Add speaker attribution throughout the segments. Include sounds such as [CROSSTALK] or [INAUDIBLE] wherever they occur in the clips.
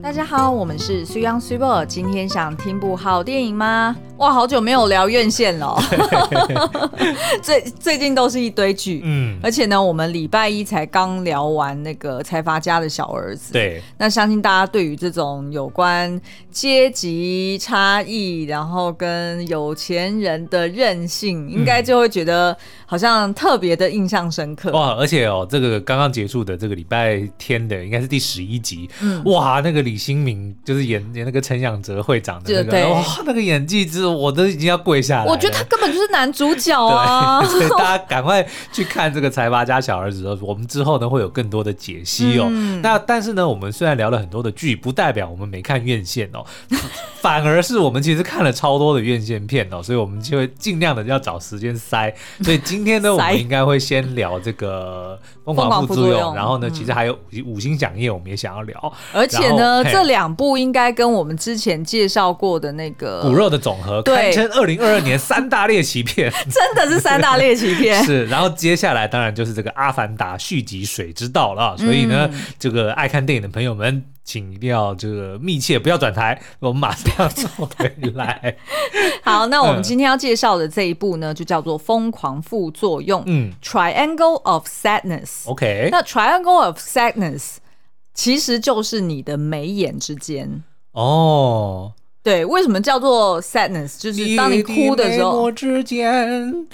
Speaker 1: 大家好，我们是 s u y a n g s u p e r 今天想听部好电影吗？哇，好久没有聊院线了哦， [LAUGHS] 最最近都是一堆剧。
Speaker 2: 嗯，
Speaker 1: 而且呢，我们礼拜一才刚聊完那个财阀家的小儿子，
Speaker 2: 对，
Speaker 1: 那相信大家对于这种有关阶级差异，然后跟有钱人的任
Speaker 2: 嗯
Speaker 1: 性，应该就会觉得好像特别的印象深刻。
Speaker 2: 哇，而且哦，这个刚刚结束的这个礼拜天的，应该是第十一集，
Speaker 1: 嗯
Speaker 2: 哇，那个李新民就是演演那个陈养哲会长的
Speaker 1: 就
Speaker 2: 那
Speaker 1: 对
Speaker 2: 个，哇，那个演技之，我都已经要跪下来了。
Speaker 1: 我觉得他根本就是男主角啊
Speaker 2: 对，！
Speaker 1: [LAUGHS]
Speaker 2: [LAUGHS] 所以大家赶快去看这个《财阀家小儿子》哦。我们之后呢会有更多的解析哦。
Speaker 1: 嗯
Speaker 2: 那但是呢，我们虽然聊了很多的剧，不代表我们没看院线哦， [LAUGHS] 反而是我们其实看了超多的院线片哦，所以我们就会尽量的要找时间塞。所以今天呢，
Speaker 1: [LAUGHS] 塞
Speaker 2: 我们应该会先聊这个《疯
Speaker 1: 疯狂
Speaker 2: 狂
Speaker 1: 副
Speaker 2: 副
Speaker 1: 作
Speaker 2: 作
Speaker 1: 用嗯
Speaker 2: 用》，然后呢，其实还有五五星响夜，我们也想要聊
Speaker 1: 而且呢，
Speaker 2: 然后嘿
Speaker 1: 这两部应该跟我们之前介绍过的那个
Speaker 2: 骨肉的总和，
Speaker 1: 呃对
Speaker 2: 堪称二零二二年三大猎奇片。
Speaker 1: 真的是三大猎奇片。
Speaker 2: [LAUGHS] 是，然后接下来当然就是这个《阿凡达》续集《水之道》了啊，
Speaker 1: 嗯
Speaker 2: 所以呢，这个爱看电影的朋友们，请一定要这个密切不要转台， [LAUGHS] 我们马上回
Speaker 1: [LAUGHS]
Speaker 2: 来。
Speaker 1: 好，那我们
Speaker 2: 嗯
Speaker 1: 今天要介绍的这一部呢，就叫做《疯狂副作用》
Speaker 2: 嗯
Speaker 1: （Triangle of Sadness）。
Speaker 2: ，OK，
Speaker 1: 那 Triangle of Sadness 其实就是你的眉眼之间。
Speaker 2: 哦，
Speaker 1: 对，为什么叫做 sadness？就是当你哭的时
Speaker 2: 你
Speaker 1: 候，
Speaker 2: 我之间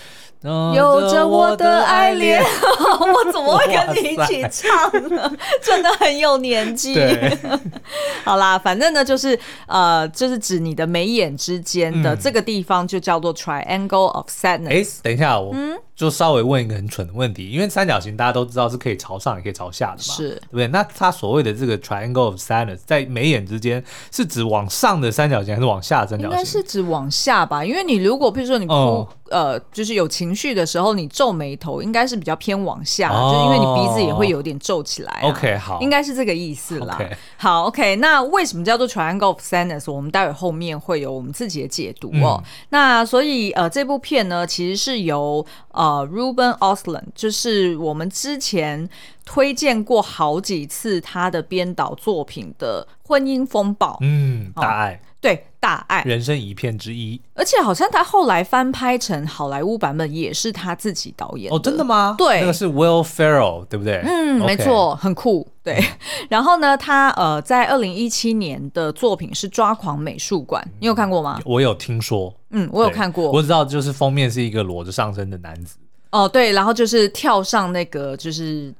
Speaker 1: 有着我的爱恋，。 [LAUGHS] 我怎么会跟你
Speaker 2: 哇
Speaker 1: 一
Speaker 2: 塞
Speaker 1: 起唱呢？ [LAUGHS] 真的很有年纪。
Speaker 2: 对，
Speaker 1: [LAUGHS] 好啦，反正呢，就是呃，就是指你的眉眼之间的、
Speaker 2: 嗯
Speaker 1: 这个地方，就叫做 triangle of sadness。
Speaker 2: 哎，等一下，我
Speaker 1: 嗯
Speaker 2: 就稍微问一个很蠢的问题，因为三角形大家都知道是可以朝上也可以朝下的嘛，
Speaker 1: 是
Speaker 2: 对不对？那它所谓的这个 triangle of sadness 在眉眼之间是指往上的三角形还是往下的三角
Speaker 1: 应
Speaker 2: 形？
Speaker 1: 该是指往下吧，因为你如果譬如说你哭，
Speaker 2: 哦
Speaker 1: 呃，就是有情绪的时候，你皱眉头应该是比较偏往下，
Speaker 2: 哦
Speaker 1: 就因为你鼻子也会有点皱起来啊、
Speaker 2: OK，好，
Speaker 1: 应该是这个意思啦。
Speaker 2: OK
Speaker 1: 好，OK，那为什么叫做 Triangle of Sadness？我们待会后面会有我们自己的解读
Speaker 2: 嗯
Speaker 1: 哦。那所以呃，这部片呢，其实是由呃 Ruben Osland，就是我们之前推荐过好几次他的编导作品的《婚姻风暴》
Speaker 2: 嗯，大爱，
Speaker 1: 对《大爱》，
Speaker 2: 人生一片之一。
Speaker 1: 而且好像他后来翻拍成好莱坞版本，也是他自己导演
Speaker 2: 哦，真的吗？
Speaker 1: 对
Speaker 2: 那个是 Will Ferrell，对不对？
Speaker 1: 嗯，没
Speaker 2: OK，嗯
Speaker 1: 错，很酷。对， [LAUGHS] 然后呢，他呃，在二零一七年的作品是《抓狂美术馆》，你有看过吗？
Speaker 2: 我有听说，
Speaker 1: 嗯，我有
Speaker 2: 对
Speaker 1: 看过
Speaker 2: 我。知道，就是封面是一个裸着上身的男子，
Speaker 1: 哦，对，然后就是跳上那个就是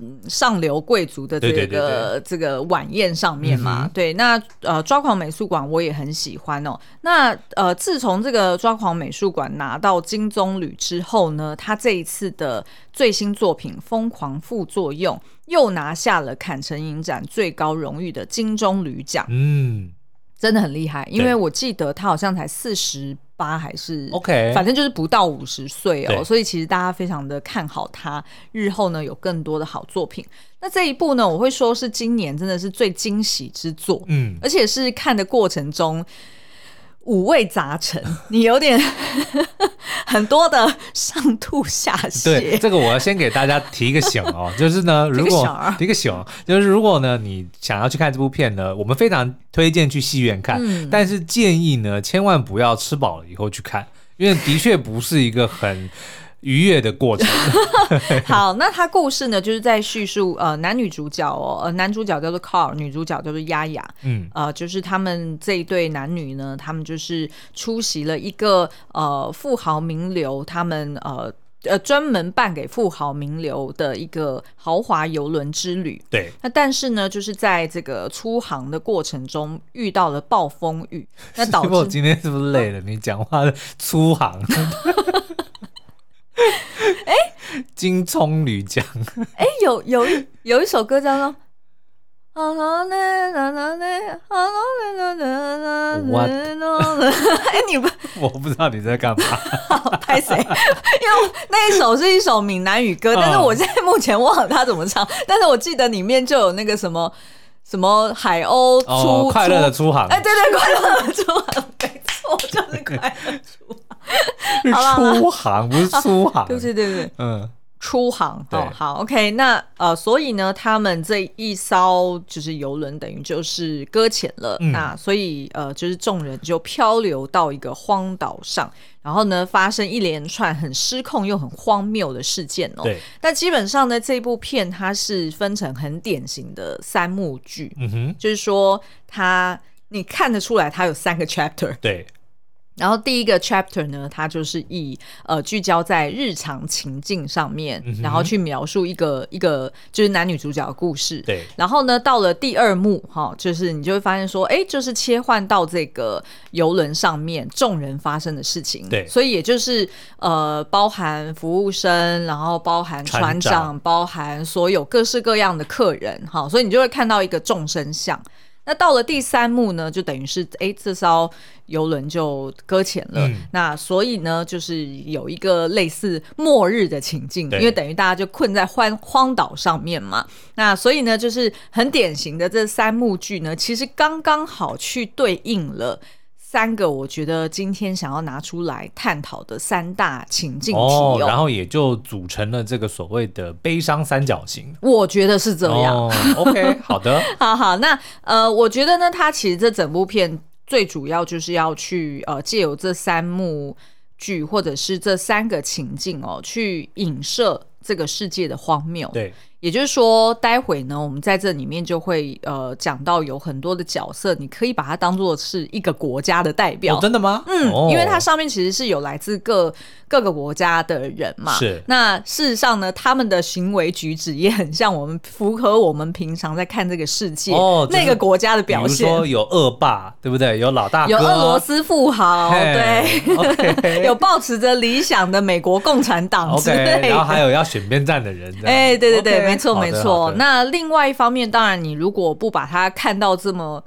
Speaker 1: 嗯上流贵族的这个
Speaker 2: 对对对
Speaker 1: 这个晚宴上面嘛。
Speaker 2: 嗯哼
Speaker 1: 对，那呃，抓狂美术馆我也很喜欢哦。那呃，自从这个抓狂美术馆拿到金棕榈之后呢，他这一次的最新作品《疯狂副作用》又拿下了坎城影展最高荣誉的金棕榈奖，
Speaker 2: 嗯
Speaker 1: 真的很厉害。因为
Speaker 2: 对
Speaker 1: 我记得他好像才四十八还是
Speaker 2: ，OK，
Speaker 1: 反正就是不到五十岁哦，
Speaker 2: 对
Speaker 1: 所以其实大家非常的看好他日后呢有更多的好作品。那这一部呢，我会说是今年真的是最惊喜之作，
Speaker 2: 嗯，
Speaker 1: 而且是看的过程中五味杂陈，你有点 [LAUGHS] 很多的上吐下
Speaker 2: 对，
Speaker 1: 泻。
Speaker 2: 这个我要先给大家提一个醒哦，
Speaker 1: [LAUGHS]
Speaker 2: 就是呢，如
Speaker 1: 提个醒
Speaker 2: 果
Speaker 1: 儿
Speaker 2: 提一个醒，就是如果呢你想要去看这部片呢，我们非常推荐去戏院看，
Speaker 1: 嗯
Speaker 2: 但是建议呢千万不要吃饱了以后去看，因为的确不是一个很愉悦
Speaker 1: [LAUGHS]
Speaker 2: 的过程。
Speaker 1: 好，那他故事呢，就是在叙述呃男女主角哦，呃男主角叫做 Carl，女主角叫做丫丫。
Speaker 2: 嗯，
Speaker 1: 呃，就是他们这一对男女呢，他们就是出席了一个呃富豪名流，他们呃呃专门办给富豪名流的一个豪华游轮之旅。
Speaker 2: 对，
Speaker 1: 那但是呢，就是在这个出航的过程中遇到了暴风雨，那导
Speaker 2: 因为我
Speaker 1: 致
Speaker 2: 今 [LAUGHS] 天是不是累了？你讲话粗行。
Speaker 1: [LAUGHS]
Speaker 2: 哎，金葱旅讲，
Speaker 1: 哎、有有一有一首歌叫做。啊好了呢，啦啦呢，好了呢，啦啦
Speaker 2: 我
Speaker 1: 呢，啦啦。啊 [LAUGHS] 哎，你不
Speaker 2: 我不知道你在干嘛。
Speaker 1: 拍谁？ [LAUGHS] 因为我那一首是一首闽南语歌，
Speaker 2: 嗯
Speaker 1: 但是我现在目前忘了它怎么唱，但是我记得里面就有那个什么什么海鸥出、
Speaker 2: 哦，快乐的
Speaker 1: 出，
Speaker 2: 出行，
Speaker 1: 哎，对对，快乐的出航，没错，就
Speaker 2: [LAUGHS]
Speaker 1: 是快乐出航。
Speaker 2: 是
Speaker 1: 好啦好啦
Speaker 2: [LAUGHS]
Speaker 1: 啊
Speaker 2: 出行，不是出行。
Speaker 1: 对对对对，
Speaker 2: 嗯，
Speaker 1: 出航
Speaker 2: 对
Speaker 1: 哦，好，OK，那呃，所以呢，他们这一艘就是游轮，等于就是搁浅了。
Speaker 2: 嗯
Speaker 1: 那所以呃，就是众人就漂流到一个荒岛上，然后呢，发生一连串很失控又很荒谬的事件哦。
Speaker 2: 对，
Speaker 1: 但基本上呢，这部片它是分成很典型的三幕剧，
Speaker 2: 嗯哼，
Speaker 1: 就是说它你看得出来，它有三个 chapter。
Speaker 2: 对，
Speaker 1: 然后第一个 chapter 呢，它就是以呃聚焦在日常情境上面，
Speaker 2: 嗯哼
Speaker 1: 然后去描述一个一个就是男女主角的故事。
Speaker 2: 对
Speaker 1: 然后呢，到了第二幕哈、就是你就会发现说，哎，就是切换到这个游轮上面众人发生的事情。
Speaker 2: 对
Speaker 1: 所以也就是呃，包含服务生，然后包含船
Speaker 2: 船长
Speaker 1: 包含所有各式各样的客人哈、所以你就会看到一个众生相。那到了第三幕呢，就等于是哎，诶这艘游轮就搁浅了。
Speaker 2: 嗯
Speaker 1: 那所以呢，就是有一个类似末日的情境，
Speaker 2: 对
Speaker 1: 因为等于大家就困在荒荒岛上面嘛。那所以呢，就是很典型的这三幕剧呢，其实刚刚好去对应了。三个，我觉得今天想要拿出来探讨的三大情境题
Speaker 2: 哦，然
Speaker 1: 哦，
Speaker 2: 后也就组成了这个所谓的悲伤三角形。
Speaker 1: 我觉得是这样。
Speaker 2: 哦、，OK，好
Speaker 1: [LAUGHS]
Speaker 2: 的，
Speaker 1: 好好，那呃，我觉得呢，它其实这整部片最主要就是要去呃，借由这三幕剧或者是这三个情境哦，去影射这个世界的荒谬。
Speaker 2: 对，
Speaker 1: 也就是说，待会呢，我们在这里面就会呃讲到有很多的角色，你可以把它当做是一个国家的代表。
Speaker 2: 哦，真的吗？
Speaker 1: 嗯，
Speaker 2: 哦
Speaker 1: 因为它上面其实是有来自各各个国家的人嘛。
Speaker 2: 是
Speaker 1: 那事实上呢，他们的行为举止也很像我们，符合我们平常在看这个世界、
Speaker 2: 哦就是
Speaker 1: 那个国家的
Speaker 2: 比
Speaker 1: 表
Speaker 2: 如
Speaker 1: 现。
Speaker 2: 说有恶霸，对不对？有老大哥，
Speaker 1: 有俄罗斯富豪，对，
Speaker 2: 嘿
Speaker 1: [LAUGHS]
Speaker 2: [LAUGHS] ，OK，
Speaker 1: 有抱持着理想的美国共产党之
Speaker 2: OK，
Speaker 1: 类的。
Speaker 2: 然后还有要选边站的人，这样
Speaker 1: 哎、对对对
Speaker 2: OK，
Speaker 1: 没错
Speaker 2: 好的
Speaker 1: 没
Speaker 2: 好
Speaker 1: 错
Speaker 2: 的。
Speaker 1: 那另外一方面，当然你如果不把它看到这么，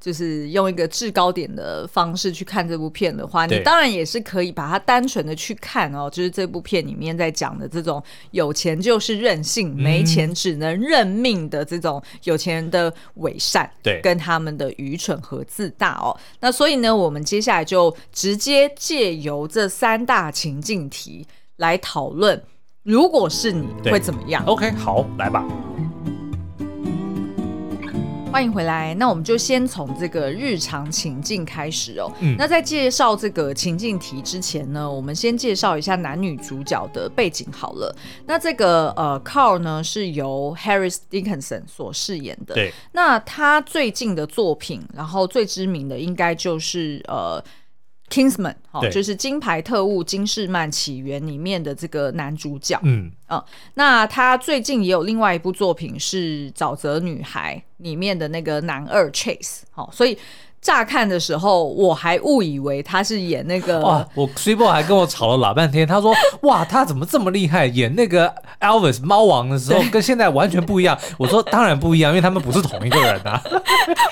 Speaker 1: 就是用一个制高点的方式去看这部片的话，你
Speaker 2: 对
Speaker 1: 当然也是可以把它单纯的去看哦，就是这部片里面在讲的这种有钱就是任性，没钱只能认命的这种有钱人的伪善，
Speaker 2: 对
Speaker 1: 跟他们的愚蠢和自大哦。那所以呢，我们接下来就直接借由这三大情境题来讨论。如果是你
Speaker 2: 对
Speaker 1: 会怎么样？
Speaker 2: OK，好，来吧，
Speaker 1: 欢迎回来。那我们就先从这个日常情境开始哦。
Speaker 2: 嗯
Speaker 1: 那在介绍这个情境题之前呢，我们先介绍一下男女主角的背景好了。那这个呃，Carl 呢是由 Harris Dickinson 所饰演的。
Speaker 2: 对，
Speaker 1: 那他最近的作品，然后最知名的应该就是呃。Kingsman，哦，
Speaker 2: 对
Speaker 1: 就是《金牌特务金士曼起源》里面的这个男主角，
Speaker 2: 嗯，
Speaker 1: 那他最近也有另外一部作品是《沼泽女孩》里面的那个男二 Chase，好、所以乍看的时候我还误以为他是演那个
Speaker 2: 哇，我 s u p e 还跟我吵了老半
Speaker 1: [LAUGHS]
Speaker 2: 天，他说，哇，他怎么这么厉害？演那个 Elvis 猫王的时候，跟现在完全不一样。我说当然不一样，因为他们不是同一个人啊。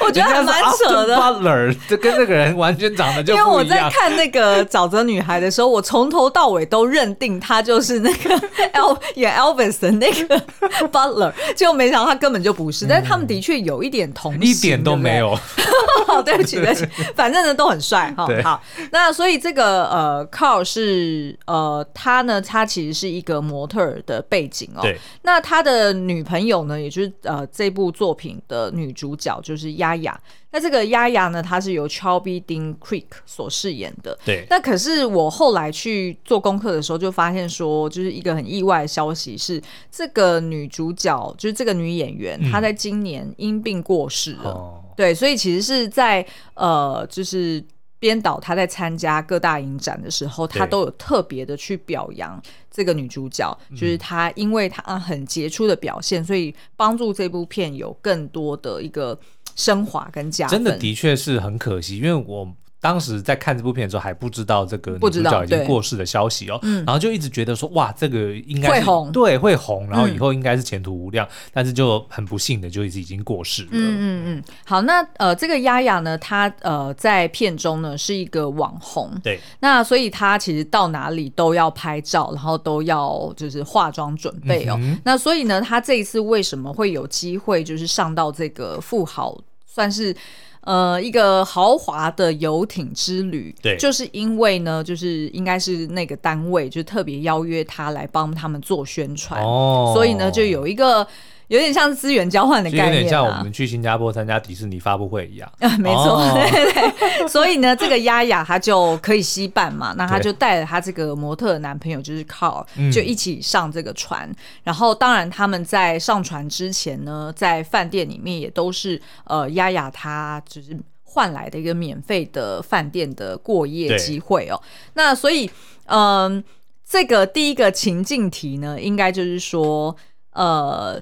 Speaker 1: 我觉得还蛮扯
Speaker 2: 人家是
Speaker 1: 的。
Speaker 2: Austin Butler 这跟那个人完全长得就
Speaker 1: 因为
Speaker 2: 不
Speaker 1: 我
Speaker 2: 一
Speaker 1: 在
Speaker 2: 样。
Speaker 1: 看那个《沼泽女孩》的时候，我从头到尾都认定他就是那个 [LAUGHS] El 演 Elvis 的那个 [LAUGHS] Butler，结果没想到他根本就不是。但是他们的确有一点同
Speaker 2: 嗯一
Speaker 1: 型
Speaker 2: 点都
Speaker 1: 对不对
Speaker 2: 没有，
Speaker 1: [LAUGHS] 哦，对不起，对不起，反正呢都很帅哈
Speaker 2: 对。
Speaker 1: 好，那所以这个呃，Carl 是呃，他呢，他其实是一个模特儿的背景哦。
Speaker 2: 对，
Speaker 1: 那他的女朋友呢，也就是呃这部作品的女主角，就是丫丫。那这个丫丫呢，她是由 Chubby Dean Creek 所饰演的。
Speaker 2: 对，
Speaker 1: 那可是我后来去做功课的时候，就发现说，就是一个很意外的消息是，这个女主角就是这个女演员，
Speaker 2: 嗯
Speaker 1: 她在今年因病过世了。
Speaker 2: 哦，
Speaker 1: 对，所以其实是在呃，就是编导他在参加各大影展的时候，他
Speaker 2: 对
Speaker 1: 都有特别的去表扬这个女主角，就是
Speaker 2: 嗯
Speaker 1: 她因为她很杰出的表现，所以帮助这部片有更多的一个升华跟加分。
Speaker 2: 真的的确是很可惜，因为我。当时在看这部片的时候还不知道这个女
Speaker 1: 不
Speaker 2: 主
Speaker 1: 知道
Speaker 2: 角已经
Speaker 1: 对嗯
Speaker 2: 过世的消息哦，然后就一直觉得说哇，这个应该
Speaker 1: 会
Speaker 2: 是
Speaker 1: 红
Speaker 2: 对，会红，然后
Speaker 1: 嗯
Speaker 2: 以后应该是前途无量，但是就很不幸的就已经过世了。
Speaker 1: 嗯嗯嗯，好，那呃，这个丫丫呢，她呃在片中呢是一个网红，
Speaker 2: 对，
Speaker 1: 那所以她其实到哪里都要拍照，然后都要就是化妆准备哦。
Speaker 2: 嗯哼
Speaker 1: 那所以呢，她这一次为什么会有机会就是上到这个富豪，算是呃一个豪华的游艇之旅，
Speaker 2: 对
Speaker 1: 就是因为呢，就是应该是那个单位就特别邀约他来帮他们做宣传，
Speaker 2: 哦
Speaker 1: 所以呢就有一个有点像资源交换的
Speaker 2: 就有
Speaker 1: 概念、啊，
Speaker 2: 点像我们去新加坡参加迪士尼发布会一样。
Speaker 1: 啊， [LAUGHS] 没错，
Speaker 2: 哦
Speaker 1: 对对 [LAUGHS] 对，所以呢，这个丫丫她就可以吸伴嘛，那她
Speaker 2: 对
Speaker 1: 就带着她这个模特的男朋友，就是 Carl，、
Speaker 2: 嗯
Speaker 1: 就一起上这个船。然后，当然他们在上船之前呢，在饭店里面也都是呃，丫丫她就是换来的一个免费的饭店的过夜
Speaker 2: 对
Speaker 1: 机会哦。那所以，嗯、这个第一个情境题呢，应该就是说，呃，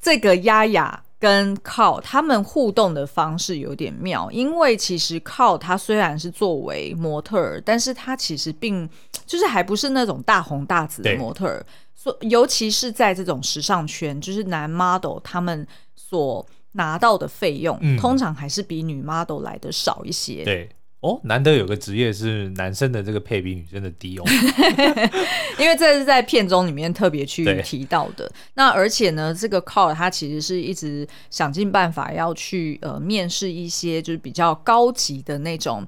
Speaker 1: 这个丫丫跟靠他们互动的方式有点妙，因为其实靠他虽然是作为模特儿，但是他其实并就是还不是那种大红大紫的
Speaker 2: 对
Speaker 1: 模特儿，所尤其是在这种时尚圈，就是男 model 他们所拿到的费用，
Speaker 2: 嗯
Speaker 1: 通常还是比女 model 来的少一些。
Speaker 2: 对。哦，难得有个职业是男生的这个配比女生的低哦， [LAUGHS]
Speaker 1: 因为这是在片中里面特别去
Speaker 2: 对
Speaker 1: 提到的。那而且呢，这个 Carl 他其实是一直想尽办法要去呃面试一些就是比较高级的那种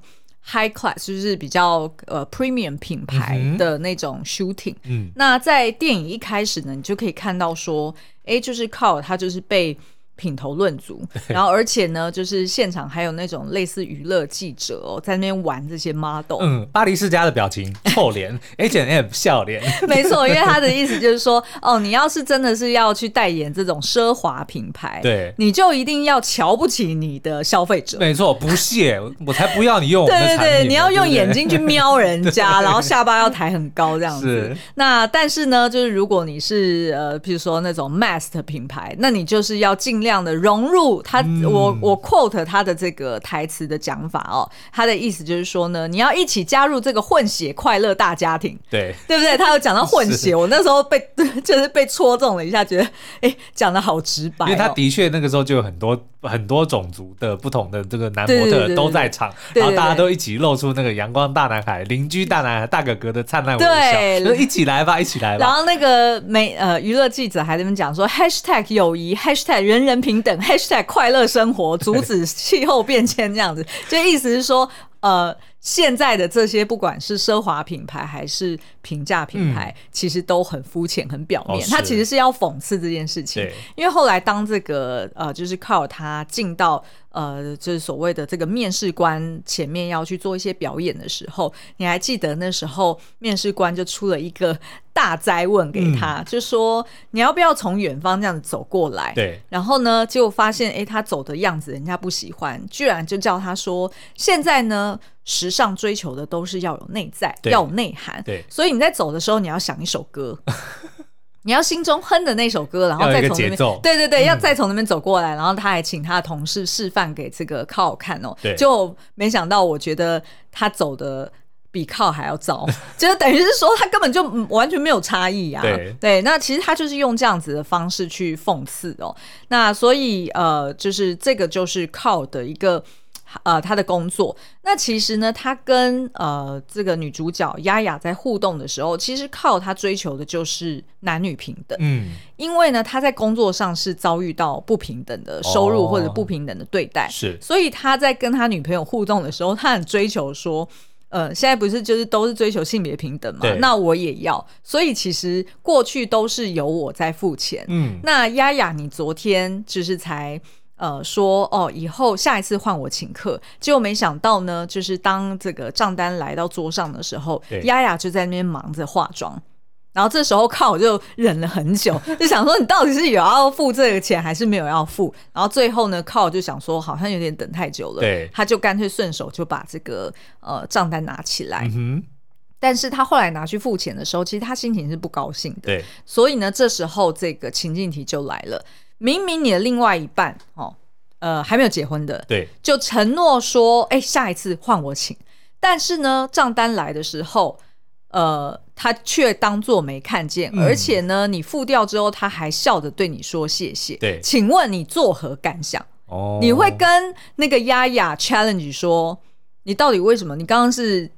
Speaker 1: high class，就是比较呃 premium 品牌
Speaker 2: 嗯哼
Speaker 1: 的那种 shooting。
Speaker 2: 嗯，
Speaker 1: 那在电影一开始呢，你就可以看到说，诶，就是 Carl 他就是被。品头论
Speaker 2: [LAUGHS]
Speaker 1: 足，然后而且呢，就是现场还有那种类似娱乐记者哦，在那边玩这些 model，
Speaker 2: 嗯，巴黎世家的
Speaker 1: [LAUGHS]
Speaker 2: 表情，臭脸，H M 笑脸，
Speaker 1: 没错，因为他的意思就是说，哦，你要是真的是要去代言这种奢华品牌，
Speaker 2: 对
Speaker 1: 你就一定要瞧不起你的消费者。
Speaker 2: 没错，不屑，我才不要你用我们
Speaker 1: 对对
Speaker 2: 的产品
Speaker 1: 对，
Speaker 2: 呢，
Speaker 1: 你要用
Speaker 2: 对不对
Speaker 1: 眼，睛去瞄人家，然后下巴要抬很高这样子
Speaker 2: 是。
Speaker 1: 那但是呢，就是如果你是呃，譬如说那种 mass 的品牌，那你就是要尽量的融入他。
Speaker 2: 嗯
Speaker 1: 我我 quote 他的这个台词的讲法哦，他的意思就是说呢，你要一起加入这个混血快乐大家庭。
Speaker 2: 对，
Speaker 1: 对不对？他有讲到混血，我那时候被 [LAUGHS] 就是被戳中了一下，觉得哎，讲的好直白、哦。
Speaker 2: 因为他的确那个时候就有很多很多种族的不同的这个男
Speaker 1: 对
Speaker 2: 模
Speaker 1: 对对
Speaker 2: 特
Speaker 1: 对
Speaker 2: 都在场，
Speaker 1: 对对
Speaker 2: 然后大家
Speaker 1: 对
Speaker 2: 都一起露出那个阳光大男孩、邻居大男孩、大哥哥的灿烂微
Speaker 1: 对
Speaker 2: 笑，就是一起来吧，一起来
Speaker 1: 然
Speaker 2: 吧。
Speaker 1: 后那个美呃娱乐记者还在那边讲说，#hashtag 友谊，#hashtag 人人平等，#hashtag 快乐生活，阻止气候变迁这样子， [LAUGHS] 就意思是说，呃，现在的这些不管是奢华品牌还是平价品牌，其实都很肤浅、很表面
Speaker 2: 嗯哦，是
Speaker 1: 它其实是要讽刺这件事情
Speaker 2: 对。
Speaker 1: 因为后来当这个呃，就是靠他进到呃，就是所谓的这个面试官前面要去做一些表演的时候，你还记得那时候面试官就出了一个大灾问给他，就说你要不要从远方这样子走过来？
Speaker 2: 对，
Speaker 1: 然后呢，结果发现，诶，他走的样子人家不喜欢，居然就叫他说，现在呢，时尚追求的都是要有内在，
Speaker 2: 对
Speaker 1: 要有内涵，
Speaker 2: 对
Speaker 1: 所以你在走的时候，你要想一首
Speaker 2: [LAUGHS]
Speaker 1: 歌。你要心中哼的那首歌，然后
Speaker 2: 要有
Speaker 1: 再
Speaker 2: 一个
Speaker 1: 从那
Speaker 2: 节
Speaker 1: 边
Speaker 2: 奏嗯
Speaker 1: 对对对，要再从那边走过来，然后他还请他的同事示范给这个靠看哦，
Speaker 2: 对
Speaker 1: 就没想到，我觉得他走的比靠还要早，就是等于是说他根本就嗯完全没有差异啊。
Speaker 2: 对
Speaker 1: 那其实他就是用这样子的方式去讽刺哦。那所以呃，就是这个就是靠的一个。呃，他的工作，那其实呢，他跟呃这个女主角丫丫在互动的时候，其实靠他追求的就是男女平等。
Speaker 2: 嗯，
Speaker 1: 因为呢，他在工作上是遭遇到不平等的收入
Speaker 2: 哦
Speaker 1: 或者不平等的对待，
Speaker 2: 是
Speaker 1: 所以他在跟他女朋友互动的时候，他很追求说。呃，现在不是就是都是追求性别平等嘛
Speaker 2: 对？
Speaker 1: 那我也要，所以其实过去都是由我在付钱。
Speaker 2: 嗯，
Speaker 1: 那丫丫，你昨天就是才呃说哦，以后下一次换我请客，结果没想到呢，就是当这个账单来到桌上的时候
Speaker 2: 对，
Speaker 1: 丫丫就在那边忙着化妆。然后这时候靠我就忍了很
Speaker 2: [LAUGHS]
Speaker 1: 久，就想说你到底是有要付这个钱还是没有要付？然后最后呢，靠就想说好像有点等太久了，
Speaker 2: 对
Speaker 1: 他就干脆顺手就把这个呃账单拿起来。
Speaker 2: 嗯哼，
Speaker 1: 但是他后来拿去付钱的时候，其实他心情是不高兴的。
Speaker 2: 对，
Speaker 1: 所以呢，这时候这个情境题就来了。明明你的另外一半哦，呃，还没有结婚的，
Speaker 2: 对，
Speaker 1: 就承诺说，哎、下一次换我请。但是呢，账单来的时候，呃，他却当作没看见，
Speaker 2: 嗯
Speaker 1: 而且呢，你付掉之后，他还笑着对你说谢谢。
Speaker 2: 对
Speaker 1: 请问你作何感想？
Speaker 2: 哦，
Speaker 1: 你会跟那个丫丫 challenge 说，你到底为什么？你刚刚是，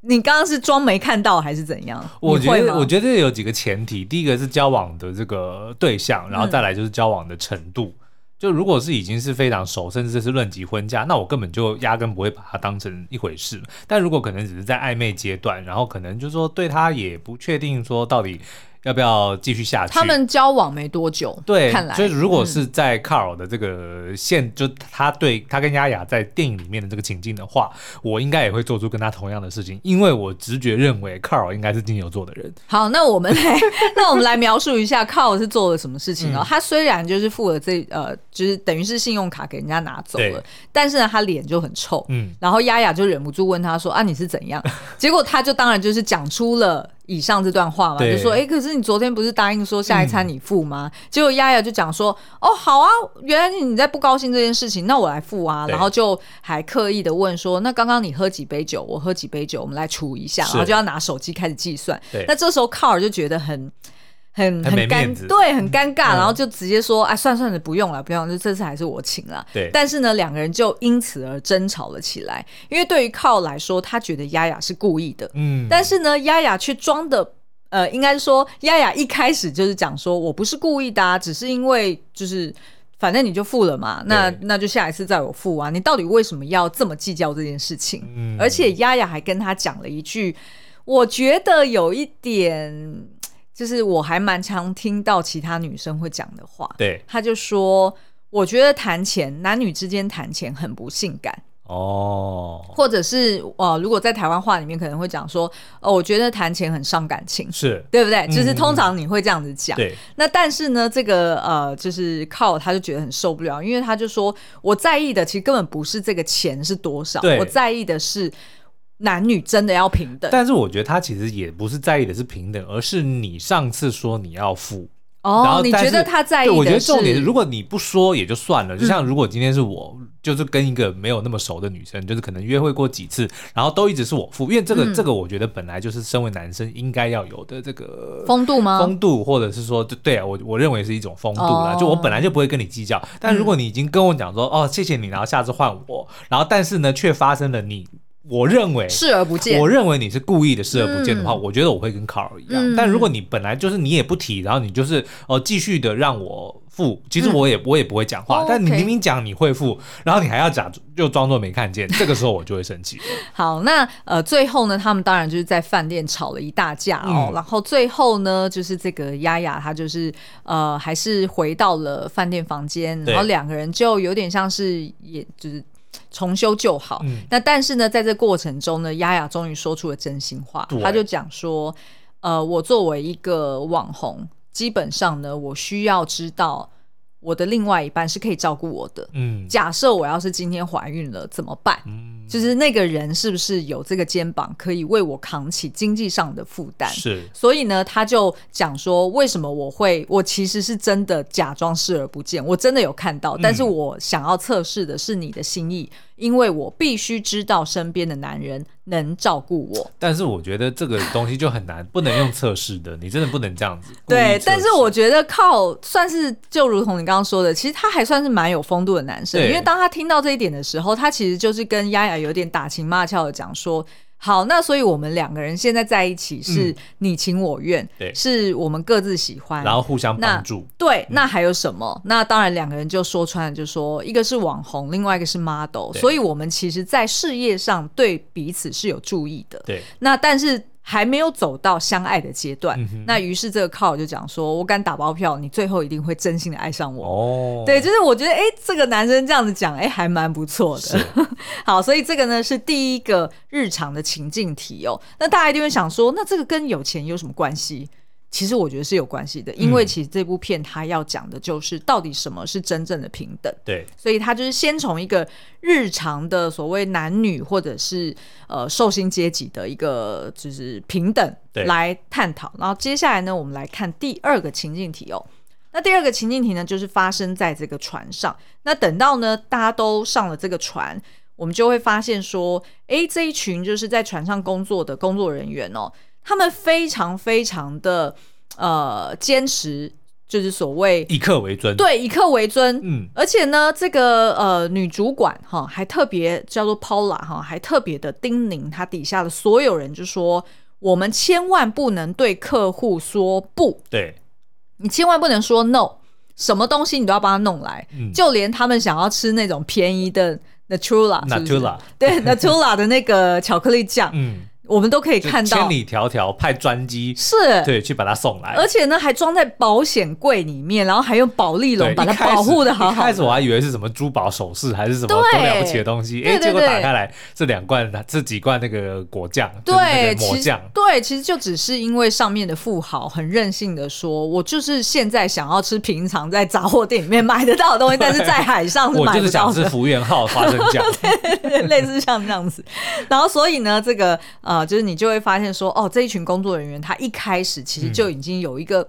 Speaker 1: 你刚刚是装没看到还是怎样？
Speaker 2: 我
Speaker 1: 你
Speaker 2: 觉
Speaker 1: 会
Speaker 2: 得，
Speaker 1: 吗
Speaker 2: 我觉得
Speaker 1: 嗯
Speaker 2: 有几个前提，第一个是交往的这个对象，然后再来就是交往的程度。就如果是已经是非常熟，甚至是论及婚嫁，那我根本就压根不会把它当成一回事。但如果可能只是在暧昧阶段，然后可能就是说对他也不确定说到底要不要继续下去，
Speaker 1: 他们交往没多久，
Speaker 2: 对
Speaker 1: 看，来
Speaker 2: 所以如果是在 Carl 的这个现，就他对他跟丫丫在电影里面的这个情境的话，我应该也会做出跟他同样的事情，因为我直觉认为 Carl 应该是金牛座的人。
Speaker 1: 好，那我们
Speaker 2: [LAUGHS]
Speaker 1: 来，那我们来描述一下 Carl 是做了什么事情哦。
Speaker 2: 嗯
Speaker 1: 他虽然就是付了这呃，就是等于是信用卡给人家拿走了
Speaker 2: 对，
Speaker 1: 但是呢，他脸就很臭。
Speaker 2: 嗯，
Speaker 1: 然后丫丫就忍不住问他说：“啊，你是怎样？”结果他就当然就是讲出了以上这段话嘛，
Speaker 2: 对嗯
Speaker 1: 就说：“哎，可是你昨天不是答应说下一餐你付吗？”结果丫丫就讲说：“哦，好啊，原来你在不高兴这件事情，那我来付啊。”
Speaker 2: 对
Speaker 1: 然后就还刻意的问说：“那刚刚你喝几杯酒？我喝几杯酒？我们来除一下。”
Speaker 2: 是
Speaker 1: 然后就要拿手机开始计算
Speaker 2: 对。
Speaker 1: 那这时候卡尔就觉得很。很
Speaker 2: 很没面
Speaker 1: 尴
Speaker 2: 子
Speaker 1: 对，很尴尬，
Speaker 2: 嗯
Speaker 1: 然后就直接说：“哎，算了算了，不用了，不用了，就这次还是我请了。”
Speaker 2: 对
Speaker 1: 但是呢，两个人就因此而争吵了起来。因为对于靠来说，他觉得丫丫是故意的，
Speaker 2: 嗯，
Speaker 1: 但是呢，丫丫却装的。呃，应该说，丫丫一开始就是讲说，我不是故意的、啊，只是因为就是，反正你就付了嘛，那
Speaker 2: 对
Speaker 1: 那就下一次再我付啊。你到底为什么要这么计较这件事情？
Speaker 2: 嗯
Speaker 1: 而且丫丫还跟他讲了一句，我觉得有一点，就是我还蛮常听到其他女生会讲的话，
Speaker 2: 对
Speaker 1: 他就说：“我觉得谈钱，男女之间谈钱很不性感，
Speaker 2: 哦，
Speaker 1: 或者是呃，如果在台湾话里面可能会讲说，哦，我觉得谈钱很伤感情， [LAUGHS]
Speaker 2: 是
Speaker 1: 对不对？就是
Speaker 2: 嗯
Speaker 1: 通常你会这样子讲。
Speaker 2: 对
Speaker 1: 那但是呢，这个呃，就是靠他就觉得很受不了，因为他就说我在意的其实根本不是这个钱是多少
Speaker 2: 对，
Speaker 1: 我在意的是男女真的要平等。
Speaker 2: 但是我觉得他其实也不是在意的是平等，而是你上次说你要付，然
Speaker 1: 哦
Speaker 2: 后，
Speaker 1: 你
Speaker 2: 但
Speaker 1: 觉得
Speaker 2: 是
Speaker 1: 他在意
Speaker 2: 对，
Speaker 1: 的嗯
Speaker 2: 我觉得重点是，如果你不说也就算了，就像如果今天是我，就是跟一个没有那么熟的女生，就是可能约会过几次，然后都一直是我付，因为这个、
Speaker 1: 嗯
Speaker 2: 这个我觉得本来就是身为男生应该要有的这个。
Speaker 1: 风度吗？
Speaker 2: 风度，或者是说，就对啊，我我认为是一种风度
Speaker 1: 嗯
Speaker 2: 啦。
Speaker 1: 哦嗯
Speaker 2: 就我本来就不会跟你计较，但如果你已经跟我讲说，哦，谢谢你，然后下次换我，然后但是呢，却发生了你，我认为
Speaker 1: 视而不见
Speaker 2: 我。认为你是故意的视而不见的话，我觉得我会跟 Carl 一样。
Speaker 1: 嗯
Speaker 2: 但如果你本来就是你也不提，然后你就是呃继续的让我付，其实我也、我也不会讲话。
Speaker 1: 嗯哦
Speaker 2: 但你
Speaker 1: OK
Speaker 2: 明明讲你会付，然后你还要假就装作没看见，这个时候我就会生气。
Speaker 1: 好，那呃，最后呢，他们当然就是在饭店吵了一大架哦。
Speaker 2: 嗯
Speaker 1: 然后最后呢，就是这个丫丫她就是呃，还是回到了饭店房间，
Speaker 2: 对
Speaker 1: 然后两个人就有点像是也就是重修旧好。
Speaker 2: 嗯
Speaker 1: 那但是呢，在这过程中呢，丫丫终于说出了真心话
Speaker 2: 对，
Speaker 1: 她就讲说，呃，我作为一个网红，基本上呢，我需要知道我的另外一半是可以照顾我的。 [LAUGHS]
Speaker 2: 嗯
Speaker 1: 假设我要是今天怀孕了怎么办？
Speaker 2: 嗯，
Speaker 1: 就是那个人是不是有这个肩膀可以为我扛起经济上的负担？
Speaker 2: 是
Speaker 1: 所以呢，他就讲说，为什么我会，我其实是真的假装视而不见，我真的有看到，但是我想要测试的是你的心意，因为我必须知道身边的男人能照顾我。
Speaker 2: 但是我觉得这个东西就很难，不能用测试的，你真的不能这样子。故
Speaker 1: [LAUGHS]
Speaker 2: 意
Speaker 1: 对
Speaker 2: 测，试
Speaker 1: 但是我觉得靠算是就如同你刚刚说的，其实他还算是蛮有风度的男生，
Speaker 2: 对
Speaker 1: 因为当他听到这一点的时候，他其实就是跟丫丫有点打情骂俏的讲说。好，那所以我们两个人现在在一起是
Speaker 2: 嗯
Speaker 1: 你情我愿，
Speaker 2: 对
Speaker 1: 是我们各自喜欢，
Speaker 2: 然后嗯互相
Speaker 1: 那
Speaker 2: 帮助，
Speaker 1: 对，那还有什么？那当然，两个人就说穿了，就说一个是网红，另外一个是 model，
Speaker 2: 对
Speaker 1: 所以我们其实，在事业上对彼此是有注意的。
Speaker 2: 对，
Speaker 1: 那但是还没有走到相爱的阶段，
Speaker 2: 嗯哼
Speaker 1: 那于是这个靠就讲说，我敢打包票，你最后一定会真心的爱上我。
Speaker 2: 哦，
Speaker 1: 对，就是我觉得，哎、这个男生这样子讲，哎、还蛮不错的
Speaker 2: 是。
Speaker 1: [LAUGHS] 好，所以这个呢是第一个日常的情境题哦。那大家一定会想说，那这个跟有钱有什么关系？其实我觉得是有关系的，因为
Speaker 2: 嗯
Speaker 1: 其实这部片它要讲的就是到底什么是真正的平等。
Speaker 2: [LAUGHS] 对，
Speaker 1: 所以他就是先从一个日常的所谓男女或者是呃受薪阶级的一个就是平等
Speaker 2: 对
Speaker 1: 来探讨，然后接下来呢，我们来看第二个情境题哦。那第二个情境题呢，就是发生在这个船上。那等到呢，大家都上了这个船，我们就会发现说，诶，这一群就是在船上工作的工作人员哦，他们非常非常的呃坚持，就是所谓
Speaker 2: 以客为尊，，
Speaker 1: 对以客为尊，
Speaker 2: 嗯，
Speaker 1: 而且呢，这个呃女主管哈，还特别叫做 Paula 哈，还特别的叮咛她底下的所有人，就说我们千万不能对客户说不，
Speaker 2: 对，
Speaker 1: 你千万不能说 no。什么东西你都要帮他弄来，
Speaker 2: 嗯
Speaker 1: 就连他们想要吃那种便宜的 Natura 是不是
Speaker 2: Natura
Speaker 1: 对 Natura 的那个巧克力酱，
Speaker 2: 嗯，
Speaker 1: 我们都可以
Speaker 2: 就
Speaker 1: 看到
Speaker 2: 千，里迢迢派专机，
Speaker 1: 是，
Speaker 2: 对，去把它送来。
Speaker 1: 而且呢还装在保险柜里面，然后还用保丽
Speaker 2: 对
Speaker 1: 龙把它
Speaker 2: 一开始
Speaker 1: 保护的好
Speaker 2: 一
Speaker 1: 好
Speaker 2: 开始
Speaker 1: 的。
Speaker 2: 我还以为是什么珠宝首饰还是什么
Speaker 1: 对
Speaker 2: 多了不起的东西，哎、
Speaker 1: 对对
Speaker 2: 结果
Speaker 1: 对
Speaker 2: 打开来这两罐这几罐那个果酱，就是那
Speaker 1: 对，
Speaker 2: 个抹
Speaker 1: 其实
Speaker 2: 酱，
Speaker 1: 对，其实就只是因为上面的富豪很任性的说，我就是现在想要吃平常在杂货店里面买得到的东西，但是在海上是
Speaker 2: 我
Speaker 1: 买
Speaker 2: 就是
Speaker 1: 不
Speaker 2: 想
Speaker 1: 到的
Speaker 2: 吃。福原号花生
Speaker 1: [LAUGHS]
Speaker 2: 酱，
Speaker 1: 类似像这样子。然后所以呢，这个呃，就是你就会发现说，哦，这一群工作人员他一开始其实就已经有一个、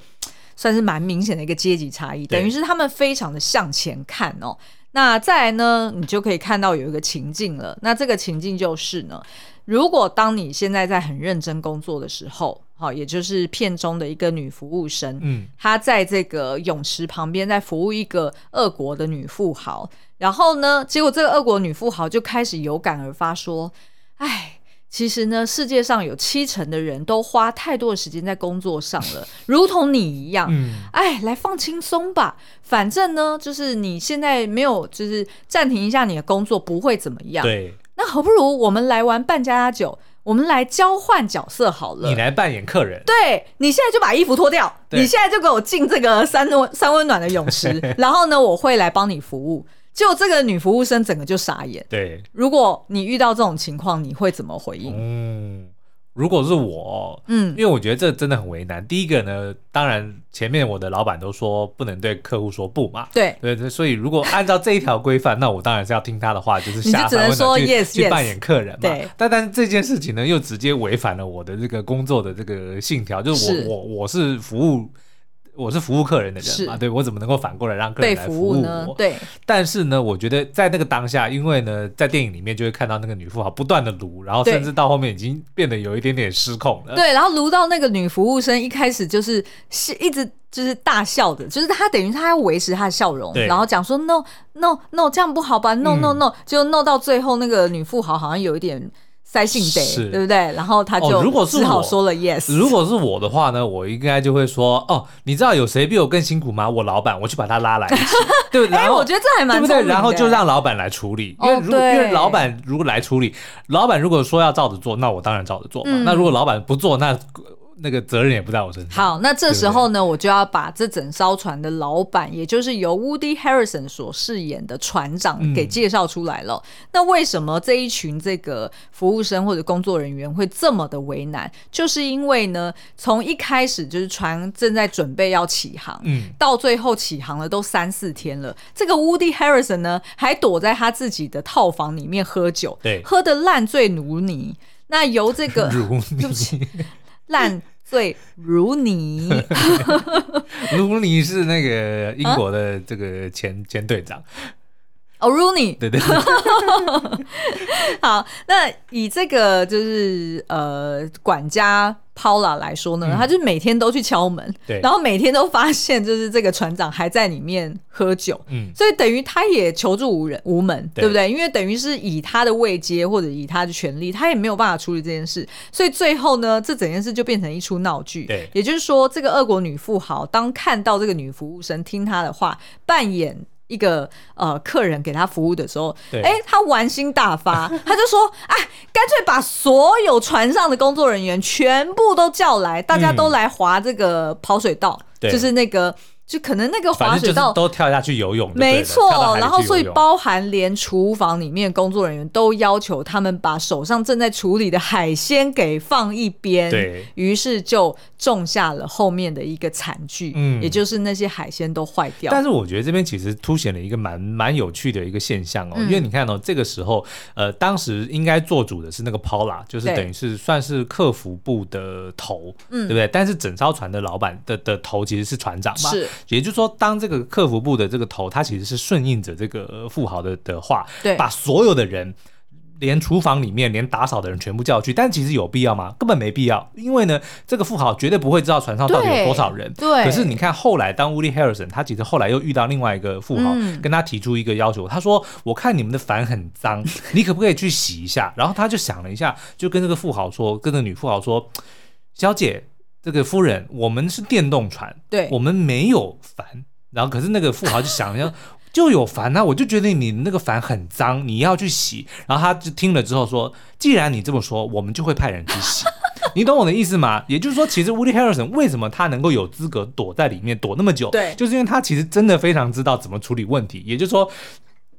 Speaker 1: 算是蛮明显的一个阶级差异，
Speaker 2: 对
Speaker 1: 等于是他们非常的向前看哦。那再来呢，你就可以看到有一个情境了。那这个情境就是呢，如果当你现在在很认真工作的时候，好、也就是片中的一个女服务生，
Speaker 2: 嗯，
Speaker 1: 她在这个泳池旁边在服务一个俄国的女富豪，然后呢，结果这个俄国女富豪就开始有感而发说：“哎，其实呢，世界上有七成的人都花太多的时间在工作上了，如同你一样。
Speaker 2: 嗯
Speaker 1: 哎，来放轻松吧，反正呢，就是你现在没有，就是暂停一下你的工作，不会怎么样。
Speaker 2: 对
Speaker 1: 那好不如我们来玩扮家家酒，我们来交换角色好了。
Speaker 2: 你来扮演客人，
Speaker 1: 对你现在就把衣服脱掉，
Speaker 2: 对
Speaker 1: 你现在就给我进这个三温三温暖的泳
Speaker 2: [LAUGHS]
Speaker 1: 池，然后呢，我会来帮你服务。就这个女服务生整个就傻眼。
Speaker 2: 对，
Speaker 1: 如果你遇到这种情况，你会怎么回应？
Speaker 2: 嗯，如果是我，因
Speaker 1: 嗯，
Speaker 2: 为我觉得这真的很为难。第一个呢，当然前面我的老板都说不能对客户说不嘛。
Speaker 1: 对，
Speaker 2: 对对，所以如果按照这一条规范，那我当然是要听他的话，就是
Speaker 1: 你就
Speaker 2: 下
Speaker 1: 只能
Speaker 2: 凡温暖
Speaker 1: 说
Speaker 2: 去
Speaker 1: yes，
Speaker 2: 去
Speaker 1: yes
Speaker 2: 扮演客人嘛。
Speaker 1: 对
Speaker 2: 但但是这件事情呢，又直接违反了我的这个工作的这个信条，就是我
Speaker 1: 是
Speaker 2: 我我是服务。我是服务客人的人嘛，
Speaker 1: 是
Speaker 2: 对我怎么能够反过来让客
Speaker 1: 被
Speaker 2: 人来
Speaker 1: 服
Speaker 2: 服
Speaker 1: 务
Speaker 2: 我？
Speaker 1: 呢？对，
Speaker 2: 但是呢，我觉得在那个当下，因为呢，在电影里面就会看到那个女富豪不断的撸，然后
Speaker 1: 对
Speaker 2: 甚至到后面已经变得有一点点失控 [LAUGHS] 了。
Speaker 1: 对，然后撸到那个女服务生，一开始就是是一直就是大笑的，就是她等于她要维持她的笑容，
Speaker 2: 对
Speaker 1: 然后讲说 no no no 这样不好吧，no no
Speaker 2: 嗯
Speaker 1: no，、就弄到最后那个女富豪好像有一点塞性
Speaker 2: 是
Speaker 1: 得，对不对？然后她就
Speaker 2: 哦如果是
Speaker 1: 只好
Speaker 2: 我
Speaker 1: 说了 yes，
Speaker 2: 如果是我的话呢，我应该就会说，哦，你知道有谁比我更辛苦吗？我老板，我去把他拉来一
Speaker 1: [LAUGHS]
Speaker 2: 起，对不对？
Speaker 1: 哎、
Speaker 2: 然后
Speaker 1: 我觉得这还蛮
Speaker 2: 对不
Speaker 1: 聪
Speaker 2: 对？
Speaker 1: 明的
Speaker 2: 然后就让老板来处理，
Speaker 1: 哦
Speaker 2: 因为如果、
Speaker 1: 对
Speaker 2: 因为老板如果来处理，老板如果说要照着做，那我当然照着做嘛。
Speaker 1: 嗯
Speaker 2: 那如果老板不做，那那个责任也不在我身上。
Speaker 1: 好，那这时候呢，我就要把这整艘船的老板，也就是由 Woody Harrison 所饰演的船长给介绍出来了。
Speaker 2: 嗯
Speaker 1: 那为什么这一群这个服务生或者工作人员会这么的为难？就是因为呢，从一开始就是船正在准备要起航。
Speaker 2: 嗯，
Speaker 1: 到最后起航了，都三四天了。这个 Woody Harrison 呢，还躲在他自己的套房里面喝酒，
Speaker 2: 对
Speaker 1: 喝得烂醉如泥。那由这
Speaker 2: [LAUGHS]
Speaker 1: 个
Speaker 2: 如
Speaker 1: 对不起
Speaker 2: 你，
Speaker 1: 烂醉如泥，
Speaker 2: [LAUGHS] 如你是那个
Speaker 1: 啊
Speaker 2: 英国的这个前、前队长，
Speaker 1: 哦，Rooney，
Speaker 2: 对对对。
Speaker 1: 好，那以这个就是呃管家 Paula 来说呢，他就每天都去敲门，
Speaker 2: 嗯对
Speaker 1: 然后每天都发现就是这个船长还在里面喝酒， [LAUGHS]
Speaker 2: 嗯
Speaker 1: 所以等于他也求助无人无门，
Speaker 2: 对
Speaker 1: 对不对？因为等于是以他的位阶或者以他的权利，他也没有办法处理这件事，所以最后呢，这整件事就变成一出闹剧。
Speaker 2: 对
Speaker 1: 也就是说，这个俄国女富豪当看到这个女服务生听她的话，扮演。一个呃，客人给她服务的时候，
Speaker 2: 对
Speaker 1: 哎、她玩心大发， [LAUGHS] 她就说：“哎，干脆把所有船上的工作人员全部都叫来，大家都
Speaker 2: 嗯
Speaker 1: 来划这个跑水道，
Speaker 2: 对
Speaker 1: 就是那个，就可能那个
Speaker 2: 反
Speaker 1: 划
Speaker 2: 正就
Speaker 1: 水
Speaker 2: 是
Speaker 1: 道
Speaker 2: 都跳下去游泳就对了，
Speaker 1: 没错，然后所以
Speaker 2: 包
Speaker 1: 包含连厨房里面工作人员都要求他们把手上正在处理的海鲜给放一边，
Speaker 2: 对
Speaker 1: 于是就种下了后面的一个惨剧，
Speaker 2: 嗯
Speaker 1: 也就是那些海鲜都坏掉。
Speaker 2: 但是我觉得这边其实凸显了一个蛮蛮有趣的一个现象
Speaker 1: 嗯
Speaker 2: 哦，因为你看哦，这个时候呃，当时应该做主的是那个 Paula，就是
Speaker 1: 对嗯
Speaker 2: 等于是算是客服部的头，对不对？但是整艘船的老板的的头其实是船长嘛，
Speaker 1: 是，
Speaker 2: 也就是说，当这个客服部的这个头，他其实是顺应着这个呃富豪的的话，
Speaker 1: 对
Speaker 2: 把所有的人。连厨房里面连打扫的人全部叫去，但其实有必要吗？根本没必要，因为呢，这个富豪绝对不会知道船上到底有多少人。
Speaker 1: 对对
Speaker 2: 可是你看后来，当 Woody Harrison 他其实后来又遇到另外一个富豪，
Speaker 1: 嗯
Speaker 2: 跟他提出一个要求，他说：“我看你们的帆
Speaker 1: [LAUGHS]
Speaker 2: 很脏，你可不可以去洗一下？”然后他就想了一下，就跟这个富豪说，跟这个女富豪说：“小姐，这个夫人，我们是电动船，
Speaker 1: 对
Speaker 2: 我们没有帆。然后可是那个富豪就想要。就有烦呐、我就觉得你那个烦很脏，你要去洗。然后他就听了之后说，既然你这么说，我们就会派人去洗。 [LAUGHS] 你懂我的意思吗？也就是说，其实 Woody Harrelson 为什么他能够有资格躲在里面躲那么久？
Speaker 1: 对
Speaker 2: 就是因为他其实真的非常知道怎么处理问题。也就是说，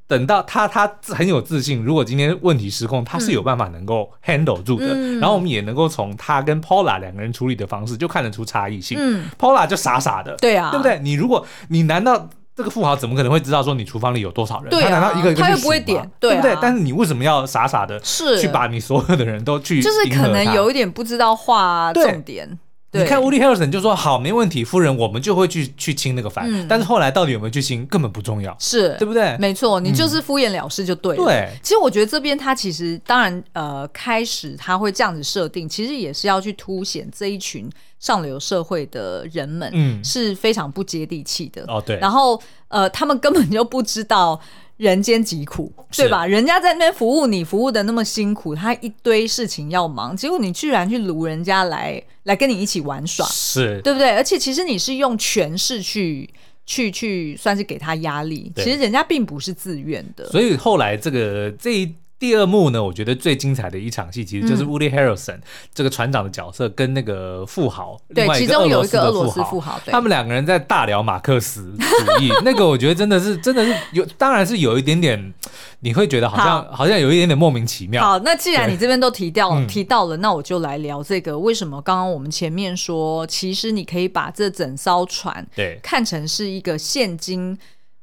Speaker 2: 等到他他很有自信，如果今天问题失控，他是有办法能够 handle 住的。
Speaker 1: 嗯
Speaker 2: 然后我们也能够从他跟 Paula 两个人处理的方式就看得出差异性。
Speaker 1: 嗯
Speaker 2: Paula 就傻傻的，
Speaker 1: 对啊，
Speaker 2: 对不？对？你如果你难道这个富豪怎么可能会知道说你厨房里有多少人？
Speaker 1: 对
Speaker 2: 他
Speaker 1: 啊
Speaker 2: 难道一个一个
Speaker 1: 他
Speaker 2: 去
Speaker 1: 又
Speaker 2: 数
Speaker 1: 不会
Speaker 2: 吗
Speaker 1: 点
Speaker 2: 对
Speaker 1: 对
Speaker 2: 不对
Speaker 1: 啊？
Speaker 2: 但是你为什么要傻傻的
Speaker 1: 是
Speaker 2: 去把你所有的人都去
Speaker 1: 就是
Speaker 2: 迎合
Speaker 1: 可能
Speaker 2: 他
Speaker 1: 有一点不知道画
Speaker 2: 对
Speaker 1: 重点。对，
Speaker 2: 你看 Woody Harrelson 就说好，没问题，夫人，我们就会去去清那个烦。
Speaker 1: 嗯
Speaker 2: 但是后来到底有没有去清，根本不重要，
Speaker 1: 是
Speaker 2: 对不对？嗯
Speaker 1: 没错，你就是敷衍了事就对了。
Speaker 2: 对，
Speaker 1: 其实我觉得这边他其实当然呃，开始他会这样子设定，其实也是要去凸显这一群上流社会的人们、
Speaker 2: 嗯，
Speaker 1: 是非常不接地气的。
Speaker 2: 哦对，
Speaker 1: 然后呃，他们根本就不知道人间疾苦，
Speaker 2: 是
Speaker 1: 对吧？人家在那边服务你，服务的那么辛苦，他一堆事情要忙，结果你居然去掳人家来来跟你一起玩耍，
Speaker 2: 是
Speaker 1: 对不对？而且其实你是用权势去去去，算是给他压力，
Speaker 2: 对
Speaker 1: 其实人家并不是自愿的。
Speaker 2: 所以后来这个这一第二幕呢，我觉得最精彩的一场戏，其实就是 Woody Harrelson、这个船长的角色跟那个富豪，
Speaker 1: 嗯对
Speaker 2: 另，外
Speaker 1: 其
Speaker 2: 一
Speaker 1: 中有一个
Speaker 2: 个
Speaker 1: 俄
Speaker 2: 俄
Speaker 1: 罗
Speaker 2: 罗
Speaker 1: 斯
Speaker 2: 斯
Speaker 1: 富
Speaker 2: 富豪。
Speaker 1: 豪，对
Speaker 2: 他，们两个人在大聊马克思主
Speaker 1: [LAUGHS]
Speaker 2: 义，那个我觉得真的是，真的是有，当然是有一点点，你会觉得好像好像有一点点莫名其妙。
Speaker 1: 好，那既然
Speaker 2: 对
Speaker 1: 你这边都提到
Speaker 2: 嗯
Speaker 1: 提到了，那我就来聊这个。为什么刚刚我们前面说，其实你可以把这整艘船
Speaker 2: 对，
Speaker 1: 看成是一个现今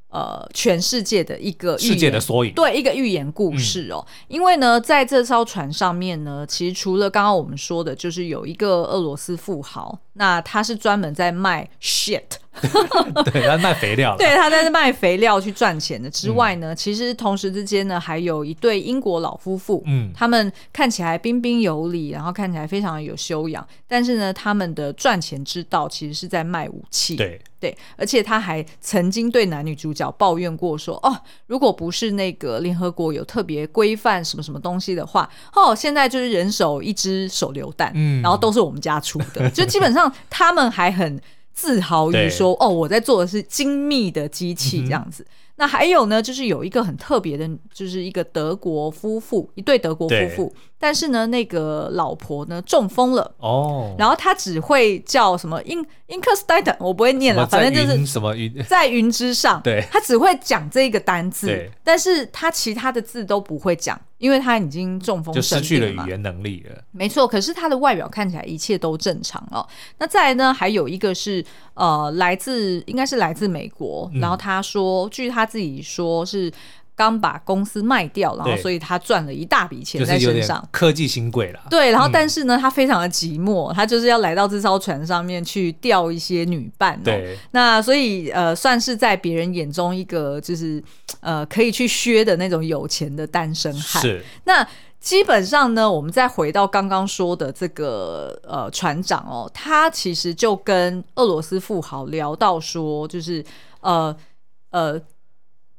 Speaker 1: 呃全世界的一个预
Speaker 2: 世界的
Speaker 1: 言
Speaker 2: 缩影。嗯
Speaker 1: 对一个寓言故事哦。因为呢，在这艘船上面呢，其实除了刚刚我们说的，就是有一个俄罗斯富豪，那他是专门在卖 shit，
Speaker 2: 对，他卖肥 [LAUGHS] 料了。
Speaker 1: 对，他在卖肥料去赚钱的之外
Speaker 2: 嗯
Speaker 1: 呢，其实同时之间呢，还有一对英国老夫妇，
Speaker 2: 嗯
Speaker 1: 他们看起来彬彬有礼，然后看起来非常有修养，但是呢，他们的赚钱之道其实是在卖武器，
Speaker 2: 对，
Speaker 1: 对，而且他还曾经对男女主角抱怨过说，哦，如果不是那个联合国有特别规范什么什么东西的话，哦，现在就是人手一支手榴弹，
Speaker 2: 嗯
Speaker 1: 然后都是我们家出的，就基本上他们还很自豪于
Speaker 2: 对嗯
Speaker 1: 说，哦，我在做的是精密的机器这样子。那还有呢，就是有一个很特别的，就是一个德国夫妇，一对德国夫
Speaker 2: 对
Speaker 1: 妇，但是呢，那个老婆呢中风了。
Speaker 2: 哦，
Speaker 1: 然后他只会叫什么 in i n k e s t e i t e n 我不会念
Speaker 2: 什么
Speaker 1: 了，反正就
Speaker 2: 在
Speaker 1: 是
Speaker 2: 云什么云，
Speaker 1: 在云之上。
Speaker 2: 对
Speaker 1: 他只会讲这个单字
Speaker 2: 对，
Speaker 1: 但是他其他的字都不会讲，因为他已经中风
Speaker 2: 就
Speaker 1: 生
Speaker 2: 失去了
Speaker 1: 病嘛
Speaker 2: 语。言能力了。
Speaker 1: 没错，可是他的外表看起来一切都正常哦。那再来呢，还有一个是呃，来自应该是来自美国，
Speaker 2: 嗯
Speaker 1: 然后他说，据他自己说是刚把公司卖掉，然后
Speaker 2: 对
Speaker 1: 所以他赚了一大笔钱
Speaker 2: 就
Speaker 1: 在
Speaker 2: 是有
Speaker 1: 身
Speaker 2: 点
Speaker 1: 上。
Speaker 2: 科技新贵啦。
Speaker 1: 对，然后
Speaker 2: 嗯
Speaker 1: 但是呢，他非常的寂寞，他就是要来到这艘船上面去钓一些女伴、哦。，
Speaker 2: 对，
Speaker 1: 那所以呃，算是在别人眼中一个就是呃可以去削的那种有钱的单身汉。
Speaker 2: 是
Speaker 1: 那基本上呢，我们再回到刚刚说的这个呃船长哦，他其实就跟俄罗斯富豪聊到说，就是呃呃，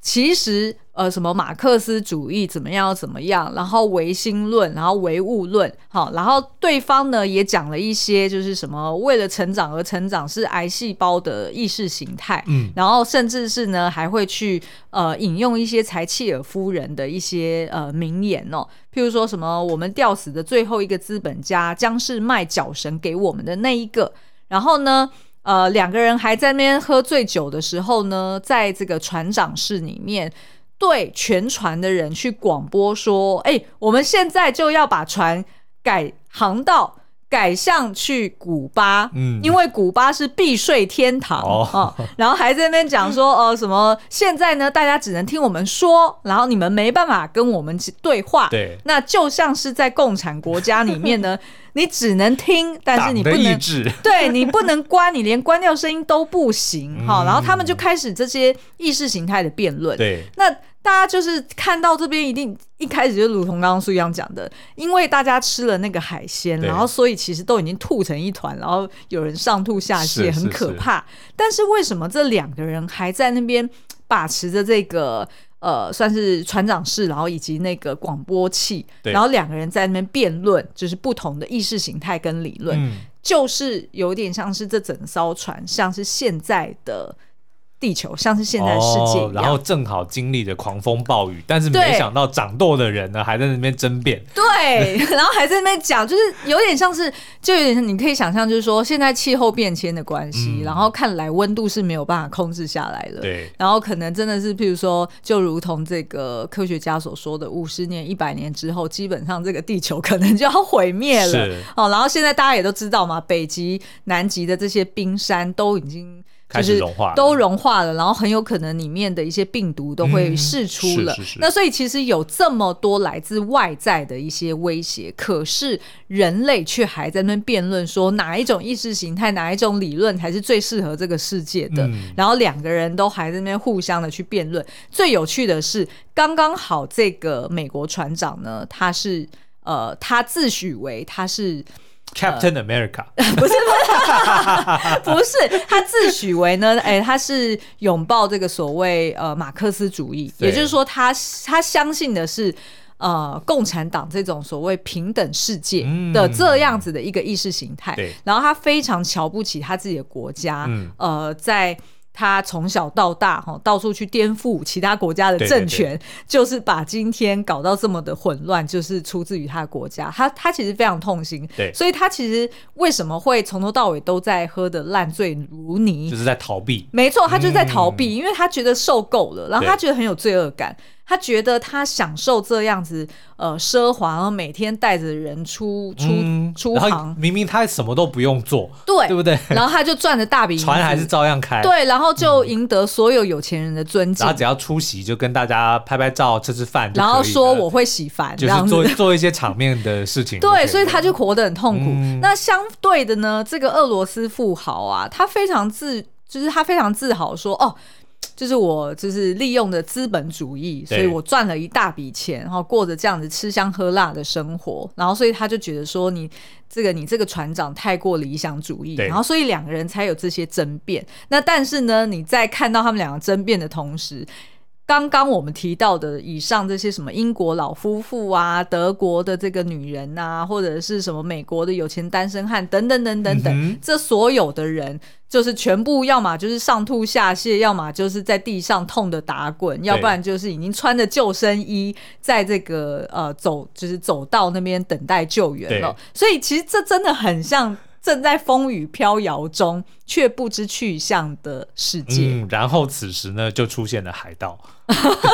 Speaker 1: 其实呃什么马克思主义怎么样怎么样，然后唯心论，然后唯物论，好，然后对方呢也讲了一些就是什么为了成长而成长是癌细胞的意识形态，
Speaker 2: 嗯
Speaker 1: 然后甚至是呢还会去呃引用一些柴契尔夫人的一些呃名言哦，譬如说什么我们吊死的最后一个资本家将是卖脚绳给我们的那一个，然后呢。呃，两个人还在那边喝醉酒的时候呢，在这个船长室里面，对全船的人去广播说：“哎、我们现在就要把船改航道，改向去古巴，
Speaker 2: 嗯
Speaker 1: 因为古巴是避税天堂
Speaker 2: 哦
Speaker 1: 哦然后还在那边讲说，呃，什么现在呢，大家只能听我们说，然后你们没办法跟我们对话，
Speaker 2: 对
Speaker 1: 那就像是在共产国家里面
Speaker 2: [LAUGHS]
Speaker 1: 呢，你只能听，但是
Speaker 2: 党
Speaker 1: 你不
Speaker 2: 的意
Speaker 1: 能
Speaker 2: 志，
Speaker 1: 对你不能关，你连关掉声音都不
Speaker 2: 嗯
Speaker 1: 行哈、然后他们就开始这些意识形态的辩论。
Speaker 2: 对
Speaker 1: 那大家就是看到这边，一定一开始就如同刚刚苏一阳讲的，因为大家吃了那个海鲜，
Speaker 2: 对
Speaker 1: 然后所以其实都已经吐成一团，然后有人上吐下泻，
Speaker 2: 是是
Speaker 1: 很可怕。但是为什么这两个人还在那边把持着这个呃，算是船长室，然后以及那个广播器，
Speaker 2: 对
Speaker 1: 然后两个人在那边辩论，就是不同的意识形态跟理论。
Speaker 2: 嗯，
Speaker 1: 就是有点像是这整艘船，像是现在的地球，像是现在世界
Speaker 2: 哦
Speaker 1: 一样。
Speaker 2: 然后正好经历了狂风暴雨，但是
Speaker 1: 对
Speaker 2: 没想到长痘的人呢，还在那边争辩。
Speaker 1: 对，然后还在那边讲，就是有点像是，就有点像你可以想象，就是说现在气候变迁的关系，然后看来温度是没有办法控制下来的。
Speaker 2: 嗯对
Speaker 1: 然后可能真的是，譬如说，就如同这个科学家所说的，五十年、一百年之后，基本上这个地球可能就要毁灭了
Speaker 2: 是。
Speaker 1: 哦，然后现在大家也都知道嘛，北极、南极的这些冰山都已经。
Speaker 2: 开始融化了
Speaker 1: 都融化了，然后很有可能里面的一些病毒都会
Speaker 2: 嗯
Speaker 1: 释出了。
Speaker 2: 是是是
Speaker 1: 那所以其实有这么多来自外在的一些威胁，可是人类却还在那边辩论说哪一种意识形态、哪一种理论才是最适合这个世界的。
Speaker 2: 嗯
Speaker 1: 然后两个人都还在那边互相的去辩论。最有趣的是，刚刚好这个美国船长呢，他是呃，他自诩为他是
Speaker 2: Captain America，
Speaker 1: 嗯 [LAUGHS] 不是他自诩为呢？哎、他是拥抱这个所谓呃马克思主义，
Speaker 2: 对
Speaker 1: 也就是说他，他相信的是。呃，共产党这种所谓平等世界的
Speaker 2: 嗯
Speaker 1: 这样子的一个意识形态，
Speaker 2: 对
Speaker 1: 然后他非常瞧不起他自己的国家，
Speaker 2: 嗯
Speaker 1: 呃，在他从小到大哈、到处去颠覆其他国家的
Speaker 2: 对对
Speaker 1: 政权，就是把今天搞到这么的混乱，就是出自于他的国家。他他其实非常痛心，
Speaker 2: 对
Speaker 1: 所以他其实为什么会从头到尾都在喝的烂醉如泥，
Speaker 2: 就是在逃避。
Speaker 1: 没错，他就是在逃避，因为他觉得受够了，然后
Speaker 2: 对
Speaker 1: 他觉得很有罪恶感，他觉得他享受这样子呃奢华，然后每天带着人出出、
Speaker 2: 嗯
Speaker 1: 出
Speaker 2: 然后 [LAUGHS]
Speaker 1: 航，
Speaker 2: 明明他什么都不用做，
Speaker 1: 对
Speaker 2: 对不对？
Speaker 1: 然后他就赚着大笔银
Speaker 2: 船
Speaker 1: 子
Speaker 2: 还是照样开。
Speaker 1: 对，然后就赢得所有有钱人的尊敬
Speaker 2: 然后，只要出席就跟大家拍拍照、吃吃饭就可以
Speaker 1: 然
Speaker 2: 了，
Speaker 1: 后说我会洗凡这
Speaker 2: 就
Speaker 1: 样
Speaker 2: 是
Speaker 1: 子
Speaker 2: 做。做一些场面的事情就可
Speaker 1: [LAUGHS]
Speaker 2: 了。
Speaker 1: 对，所以他就活得很痛苦。
Speaker 2: 嗯
Speaker 1: 那相对的呢，这个俄罗斯富豪啊，他非常自，就是他非常自豪说，哦，就是我就是利用的资本主义，所
Speaker 2: 对
Speaker 1: 以我赚了一大笔钱，然后过着这样子吃香喝辣的生活，然后所以他就觉得说你。这个你这个船长太过理想主义，
Speaker 2: 对
Speaker 1: 然后所以两个人才有这些争辩。那但是呢，你在看到他们两个争辩的同时，刚刚我们提到的以上这些什么英国老夫妇啊、德国的这个女人啊，或者是什么美国的有钱单身汉等等等等等，
Speaker 2: 嗯哼
Speaker 1: 这所有的人就是全部要么就是上吐下泻，要么就是在地上痛的打滚，要不然就是已经穿着救生衣在这个呃走就是走道那边等待救援了。所以其实这真的很像正在风雨飘摇中却不知去向的世界。
Speaker 2: 嗯，然后此时呢就出现了海
Speaker 1: [LAUGHS]
Speaker 2: 盗，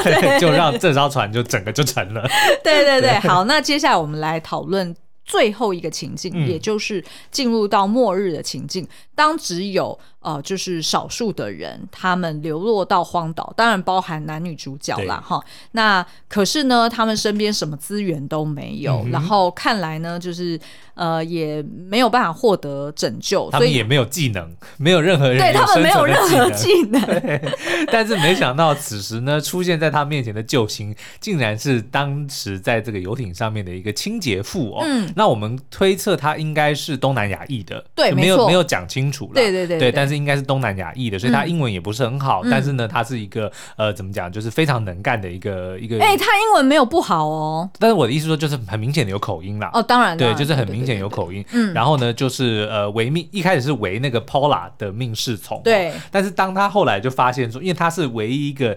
Speaker 2: 对 [LAUGHS] 就让这艘船就整个就沉了。 [LAUGHS]
Speaker 1: 对对对，好，那接下来我们来讨论最后一个情境，
Speaker 2: 嗯
Speaker 1: 也就是进入到末日的情境。当只有呃，就是少数的人，他们流落到荒岛，当然包含男女主角啦，哈。那可是呢，他们身边什么资源都没有，
Speaker 2: 嗯哼
Speaker 1: 然后看来呢，就是呃，也没有办法获得拯救，
Speaker 2: 他
Speaker 1: 所
Speaker 2: 们
Speaker 1: 以
Speaker 2: 也没有技能，没有任何人
Speaker 1: 对他们没有任何
Speaker 2: 技能。
Speaker 1: 技能。
Speaker 2: [LAUGHS]
Speaker 1: [LAUGHS]
Speaker 2: 但是没想到，此时呢，出现在他面前的救星，竟然是当时在这个游艇上面的一个清洁妇哦。
Speaker 1: 嗯
Speaker 2: 那我们推测他应该是东南亚裔的，
Speaker 1: 对
Speaker 2: 没
Speaker 1: 没错
Speaker 2: 有没有讲清楚了。
Speaker 1: 对对对
Speaker 2: 对
Speaker 1: 对
Speaker 2: 但是应该是东南亚裔的，所以他
Speaker 1: 嗯
Speaker 2: 英文也不是很好，
Speaker 1: 嗯
Speaker 2: 但是呢，他是一个呃，怎么讲，就是非常能干的一个一个。
Speaker 1: 哎、他英文没有不好哦，
Speaker 2: 但是我的意思说，就是很明显的有口音啦。
Speaker 1: 哦，当然，当
Speaker 2: 对，
Speaker 1: 然
Speaker 2: 就是很
Speaker 1: 对
Speaker 2: 明
Speaker 1: 对
Speaker 2: 显有口音。
Speaker 1: 嗯
Speaker 2: 然后呢，就是呃，为命一开始是为那个 Paula 的命侍从哦，
Speaker 1: 对
Speaker 2: 但是当他后来就发现说，因为他是唯一一个。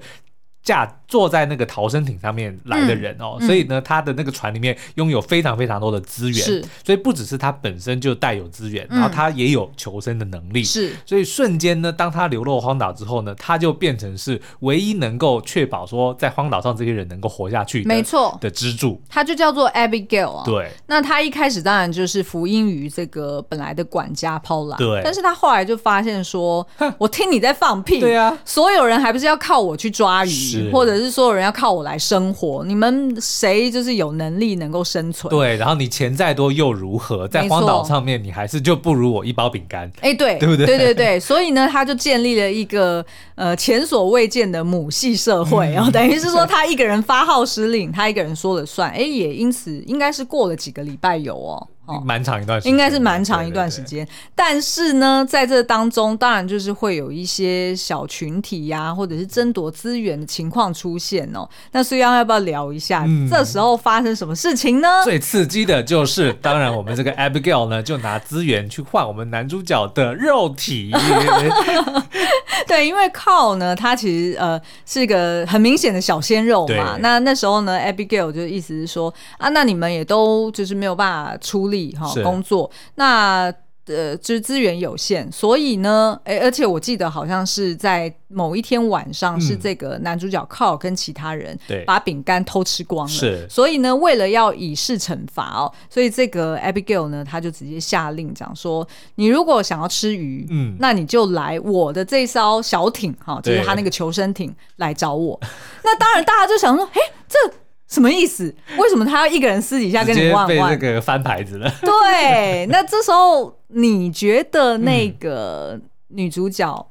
Speaker 2: 驾坐在那个逃生艇上面来的人哦，
Speaker 1: 嗯嗯
Speaker 2: 所以呢，他的那个船里面拥有非常非常多的资源，
Speaker 1: 是
Speaker 2: 所以不只是他本身就带有资源，
Speaker 1: 嗯
Speaker 2: 然后他也有求生的能力，
Speaker 1: 是。
Speaker 2: 所以瞬间呢，当他流落荒岛之后呢，他就变成是唯一能够确保说在荒岛上这些人能够活下去的，
Speaker 1: 没错
Speaker 2: 的支柱，
Speaker 1: 他就叫做 Abigail 啊。
Speaker 2: 对，
Speaker 1: 那他一开始当然就是服膺于这个本来的管家 Paula，
Speaker 2: 对
Speaker 1: 但是他后来就发现说，我听你在放屁，
Speaker 2: 对啊
Speaker 1: 所有人还不是要靠我去抓鱼，
Speaker 2: 是
Speaker 1: 或者是所有人要靠我来生活，你们谁就是有能力能够生存？，
Speaker 2: 对，然后你钱再多又如何？在
Speaker 1: 没
Speaker 2: 荒岛
Speaker 1: 错
Speaker 2: 上面，你还是就不如我一包饼干。
Speaker 1: 哎、对，
Speaker 2: 对不对
Speaker 1: 对对
Speaker 2: [LAUGHS]
Speaker 1: 对，所以呢，他就建立了一个呃前所未见的母系社会，
Speaker 2: 嗯
Speaker 1: 然后等于是说他一个人发号施令，他一个人说了算，哎、也因此应该是过了几个礼拜有哦。哦
Speaker 2: 蛮长一段时间，
Speaker 1: 应该是蛮长一段时
Speaker 2: 对。对对
Speaker 1: 间。但是呢，在这当中，当然就是会有一些小群体呀、或者是争夺资源的情况出现哦。那苏央要不要聊一下、
Speaker 2: 嗯
Speaker 1: 这时候发生什么事情呢？
Speaker 2: 最刺激的就是，当然我们这个 Abigail 呢，就拿资源去换我们男主角的肉
Speaker 1: [LAUGHS]
Speaker 2: 体。
Speaker 1: 对，因为靠呢，他其实呃是个很明显的小鲜肉嘛。
Speaker 2: 对
Speaker 1: 那那时候呢，Abigail 就意思是说啊，那你们也都就是没有办法出力哈
Speaker 2: 是
Speaker 1: 工作，那呃就是资源有限，所以呢，哎、而且我记得好像是在某一天晚上，
Speaker 2: 嗯
Speaker 1: 是这个男主角靠跟其他人
Speaker 2: 对
Speaker 1: 把饼干偷吃光了。
Speaker 2: 是
Speaker 1: 所以呢，为了要以示惩罚哦，所以这个 Abigail 呢，他就直接下令讲说，你如果想要吃鱼，
Speaker 2: 嗯
Speaker 1: 那你就来我的这艘小艇哈，就
Speaker 2: 对
Speaker 1: 是他那个求生艇来找我。 [LAUGHS] 那当然，大家就想说，哎，这什么意思？为什么他要一个人私底下
Speaker 2: 直
Speaker 1: 跟你
Speaker 2: 接
Speaker 1: 万
Speaker 2: 被这
Speaker 1: 万？
Speaker 2: 个翻牌子了。
Speaker 1: 对，那这时候你觉得那个女主角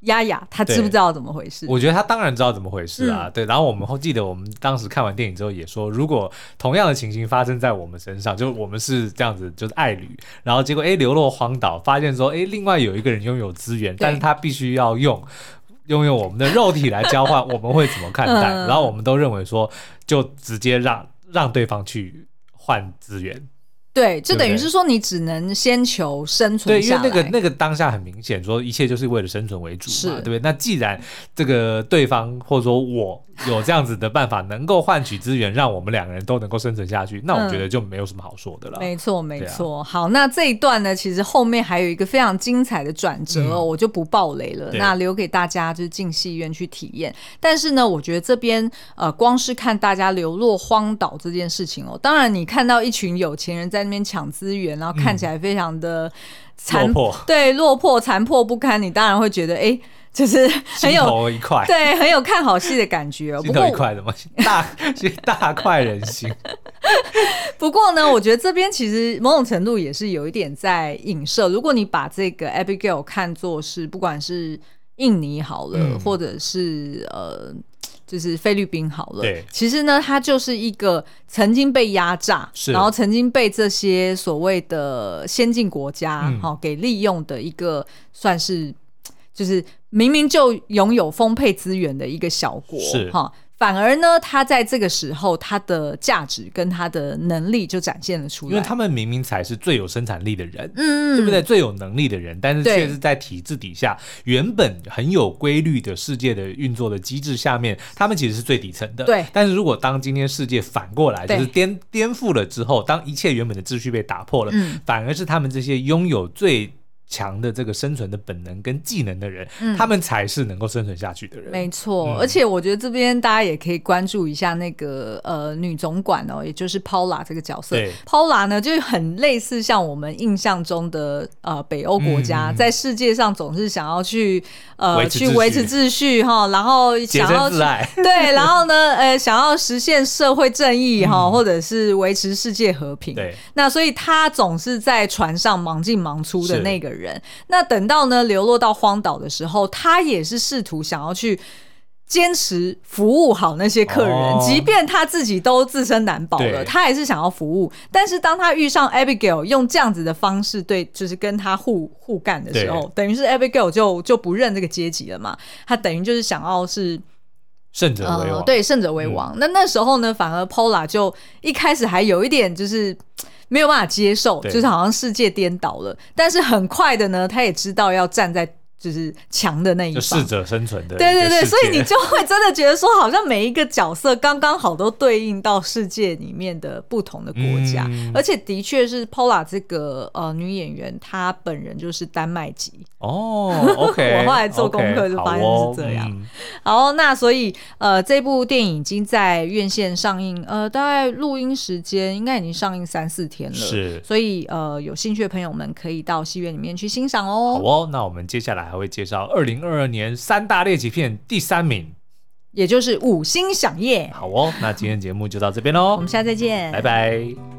Speaker 1: 丫丫，她知不知道怎么回事？嗯
Speaker 2: 我觉得他当然知道怎么回事啊，对。然后我们后记得我们当时看完电影之后也说，如果同样的情形发生在我们身上，就是我们是这样子，就是爱侣，然后结果哎流落荒岛，发现说哎另外有一个人拥有资源，
Speaker 1: 对
Speaker 2: 但是他必须要用。拥有我们的肉体来交换，我们会怎么看待？
Speaker 1: 嗯
Speaker 2: 然后我们都认为说，就直接让让对方去换资源，
Speaker 1: 对，就等
Speaker 2: 对
Speaker 1: 于
Speaker 2: 不对
Speaker 1: 是说你只能先求生
Speaker 2: 对，
Speaker 1: 存
Speaker 2: 因为
Speaker 1: 下来。
Speaker 2: 那个那个当下很明显，说一切就是为了生存为主
Speaker 1: 是
Speaker 2: 嘛，对不对？那既然这个对方或者说我有这样子的办法，能够换取资源，让我们两个人都能够生存下去，那我
Speaker 1: 嗯
Speaker 2: 觉得就没有什么好说的了。
Speaker 1: 没错，没
Speaker 2: 对啊
Speaker 1: 错。好，那这一段呢，其实后面还有一个非常精彩的转折哦，
Speaker 2: 嗯
Speaker 1: 我就不爆雷了，
Speaker 2: 对
Speaker 1: 那留给大家就是进戏院去体验。但是呢，我觉得这边呃，光是看大家流落荒岛这件事情哦，当然你看到一群有钱人在那边抢资源，然后看起来非常的残、
Speaker 2: 嗯落魄
Speaker 1: 对，落魄残破不堪，你当然会觉得哎。诶就是很
Speaker 2: 心
Speaker 1: 有
Speaker 2: 头一块， [LAUGHS]
Speaker 1: 对很有看好戏的感觉、哦，
Speaker 2: 心
Speaker 1: 不
Speaker 2: 头
Speaker 1: 过
Speaker 2: 一块的嘛，大 [LAUGHS] 是大快
Speaker 1: [LAUGHS]
Speaker 2: 人心。
Speaker 1: 不过呢，我觉得这边其实某种程度也是有一点在影射。如果你把这个 Abigail 看作是不管是印尼好了，
Speaker 2: 嗯
Speaker 1: 或者是呃，就是菲律宾好了
Speaker 2: 对，
Speaker 1: 其实呢，它就是一个曾经被压榨，
Speaker 2: 是
Speaker 1: 然后曾经被这些所谓的先进国家
Speaker 2: 嗯
Speaker 1: 好、给利用的一个算是就是明明就拥有丰沛资源的一个小国，
Speaker 2: 是
Speaker 1: 哈。哦反而呢，他在这个时候，他的价值跟他的能力就展现了出来。
Speaker 2: 因为他们明明才是最有生产力的人，
Speaker 1: 嗯，
Speaker 2: 对不对？？最有能力的人，但是
Speaker 1: 对
Speaker 2: 却是在体制底下原本很有规律的世界的运作的机制下面，他们其实是最底层的。
Speaker 1: 对
Speaker 2: 但是如果当今天世界反过来，
Speaker 1: 对
Speaker 2: 就是颠颠覆了之后，当一切原本的秩序被打破了，
Speaker 1: 嗯
Speaker 2: 反而是他们这些拥有最强的这个生存的本能跟技能的人，
Speaker 1: 嗯
Speaker 2: 他们才是能够生存下去的人。
Speaker 1: 没错，
Speaker 2: 嗯
Speaker 1: 而且我觉得这边大家也可以关注一下那个呃女总管哦，也就是 Paula 这个角色
Speaker 2: 对。
Speaker 1: Paula 呢，就是很类似像我们印象中的呃北欧国家，
Speaker 2: 嗯
Speaker 1: 在世界上总是想要去呃
Speaker 2: 维持
Speaker 1: 去
Speaker 2: 秩序
Speaker 1: 维持秩序哈，然后
Speaker 2: 洁
Speaker 1: 想要
Speaker 2: 身
Speaker 1: 去
Speaker 2: 自爱，
Speaker 1: [LAUGHS] 对，然后呢，呃，想要实现社会正义
Speaker 2: 嗯
Speaker 1: 哈，或者是维持世界和平。
Speaker 2: 对，
Speaker 1: 那所以他总是在船上忙进忙出的
Speaker 2: 是
Speaker 1: 那个人。那等到呢流落到荒岛的时候，他也是试图想要去。坚持服务好那些客人，
Speaker 2: 哦
Speaker 1: 即便他自己都自身难保了，
Speaker 2: 对
Speaker 1: 他还是想要服务。但是当他遇上 Abigail 用这样子的方式对，就是跟他互互干的时候
Speaker 2: 对，
Speaker 1: 等于是 Abigail 就就不认这个阶级了嘛，他等于就是想要是
Speaker 2: 胜者为王。
Speaker 1: 呃
Speaker 2: 嗯
Speaker 1: 对，胜者为王。那那时候呢，反而 Pola 就一开始还有一点就是。嘖没有办法接受，
Speaker 2: 对
Speaker 1: 就是好像世界颠倒了。但是很快的呢，他也知道要站在就是强的那一
Speaker 2: 就
Speaker 1: 方
Speaker 2: 适。者生存的一个
Speaker 1: 对
Speaker 2: 世界，
Speaker 1: 对对，所以你就会真的觉得说，好像每一个角色刚刚好都对应到世界里面的不同的国家，
Speaker 2: 嗯
Speaker 1: 而且的确是 Pola 这个呃女演员，她本人就是丹麦籍，
Speaker 2: 哦，OK，
Speaker 1: [LAUGHS] 我后来做功课就
Speaker 2: OK，
Speaker 1: 发现
Speaker 2: 好哦
Speaker 1: 是这样
Speaker 2: 嗯
Speaker 1: 好，那所以呃，这部电影已经在院线上映，呃，大概录音时间应该已经上映三四天了，
Speaker 2: 是
Speaker 1: 所以呃，有兴趣的朋友们可以到戏院里面去欣赏哦。
Speaker 2: 好哦，那我们接下来还会介绍二零二二年三大猎奇片第三名。
Speaker 1: 也就是五星响夜，
Speaker 2: 好哦，那今天节目就到这边
Speaker 1: 我
Speaker 2: 喽
Speaker 1: 们，下次再见，
Speaker 2: 拜拜。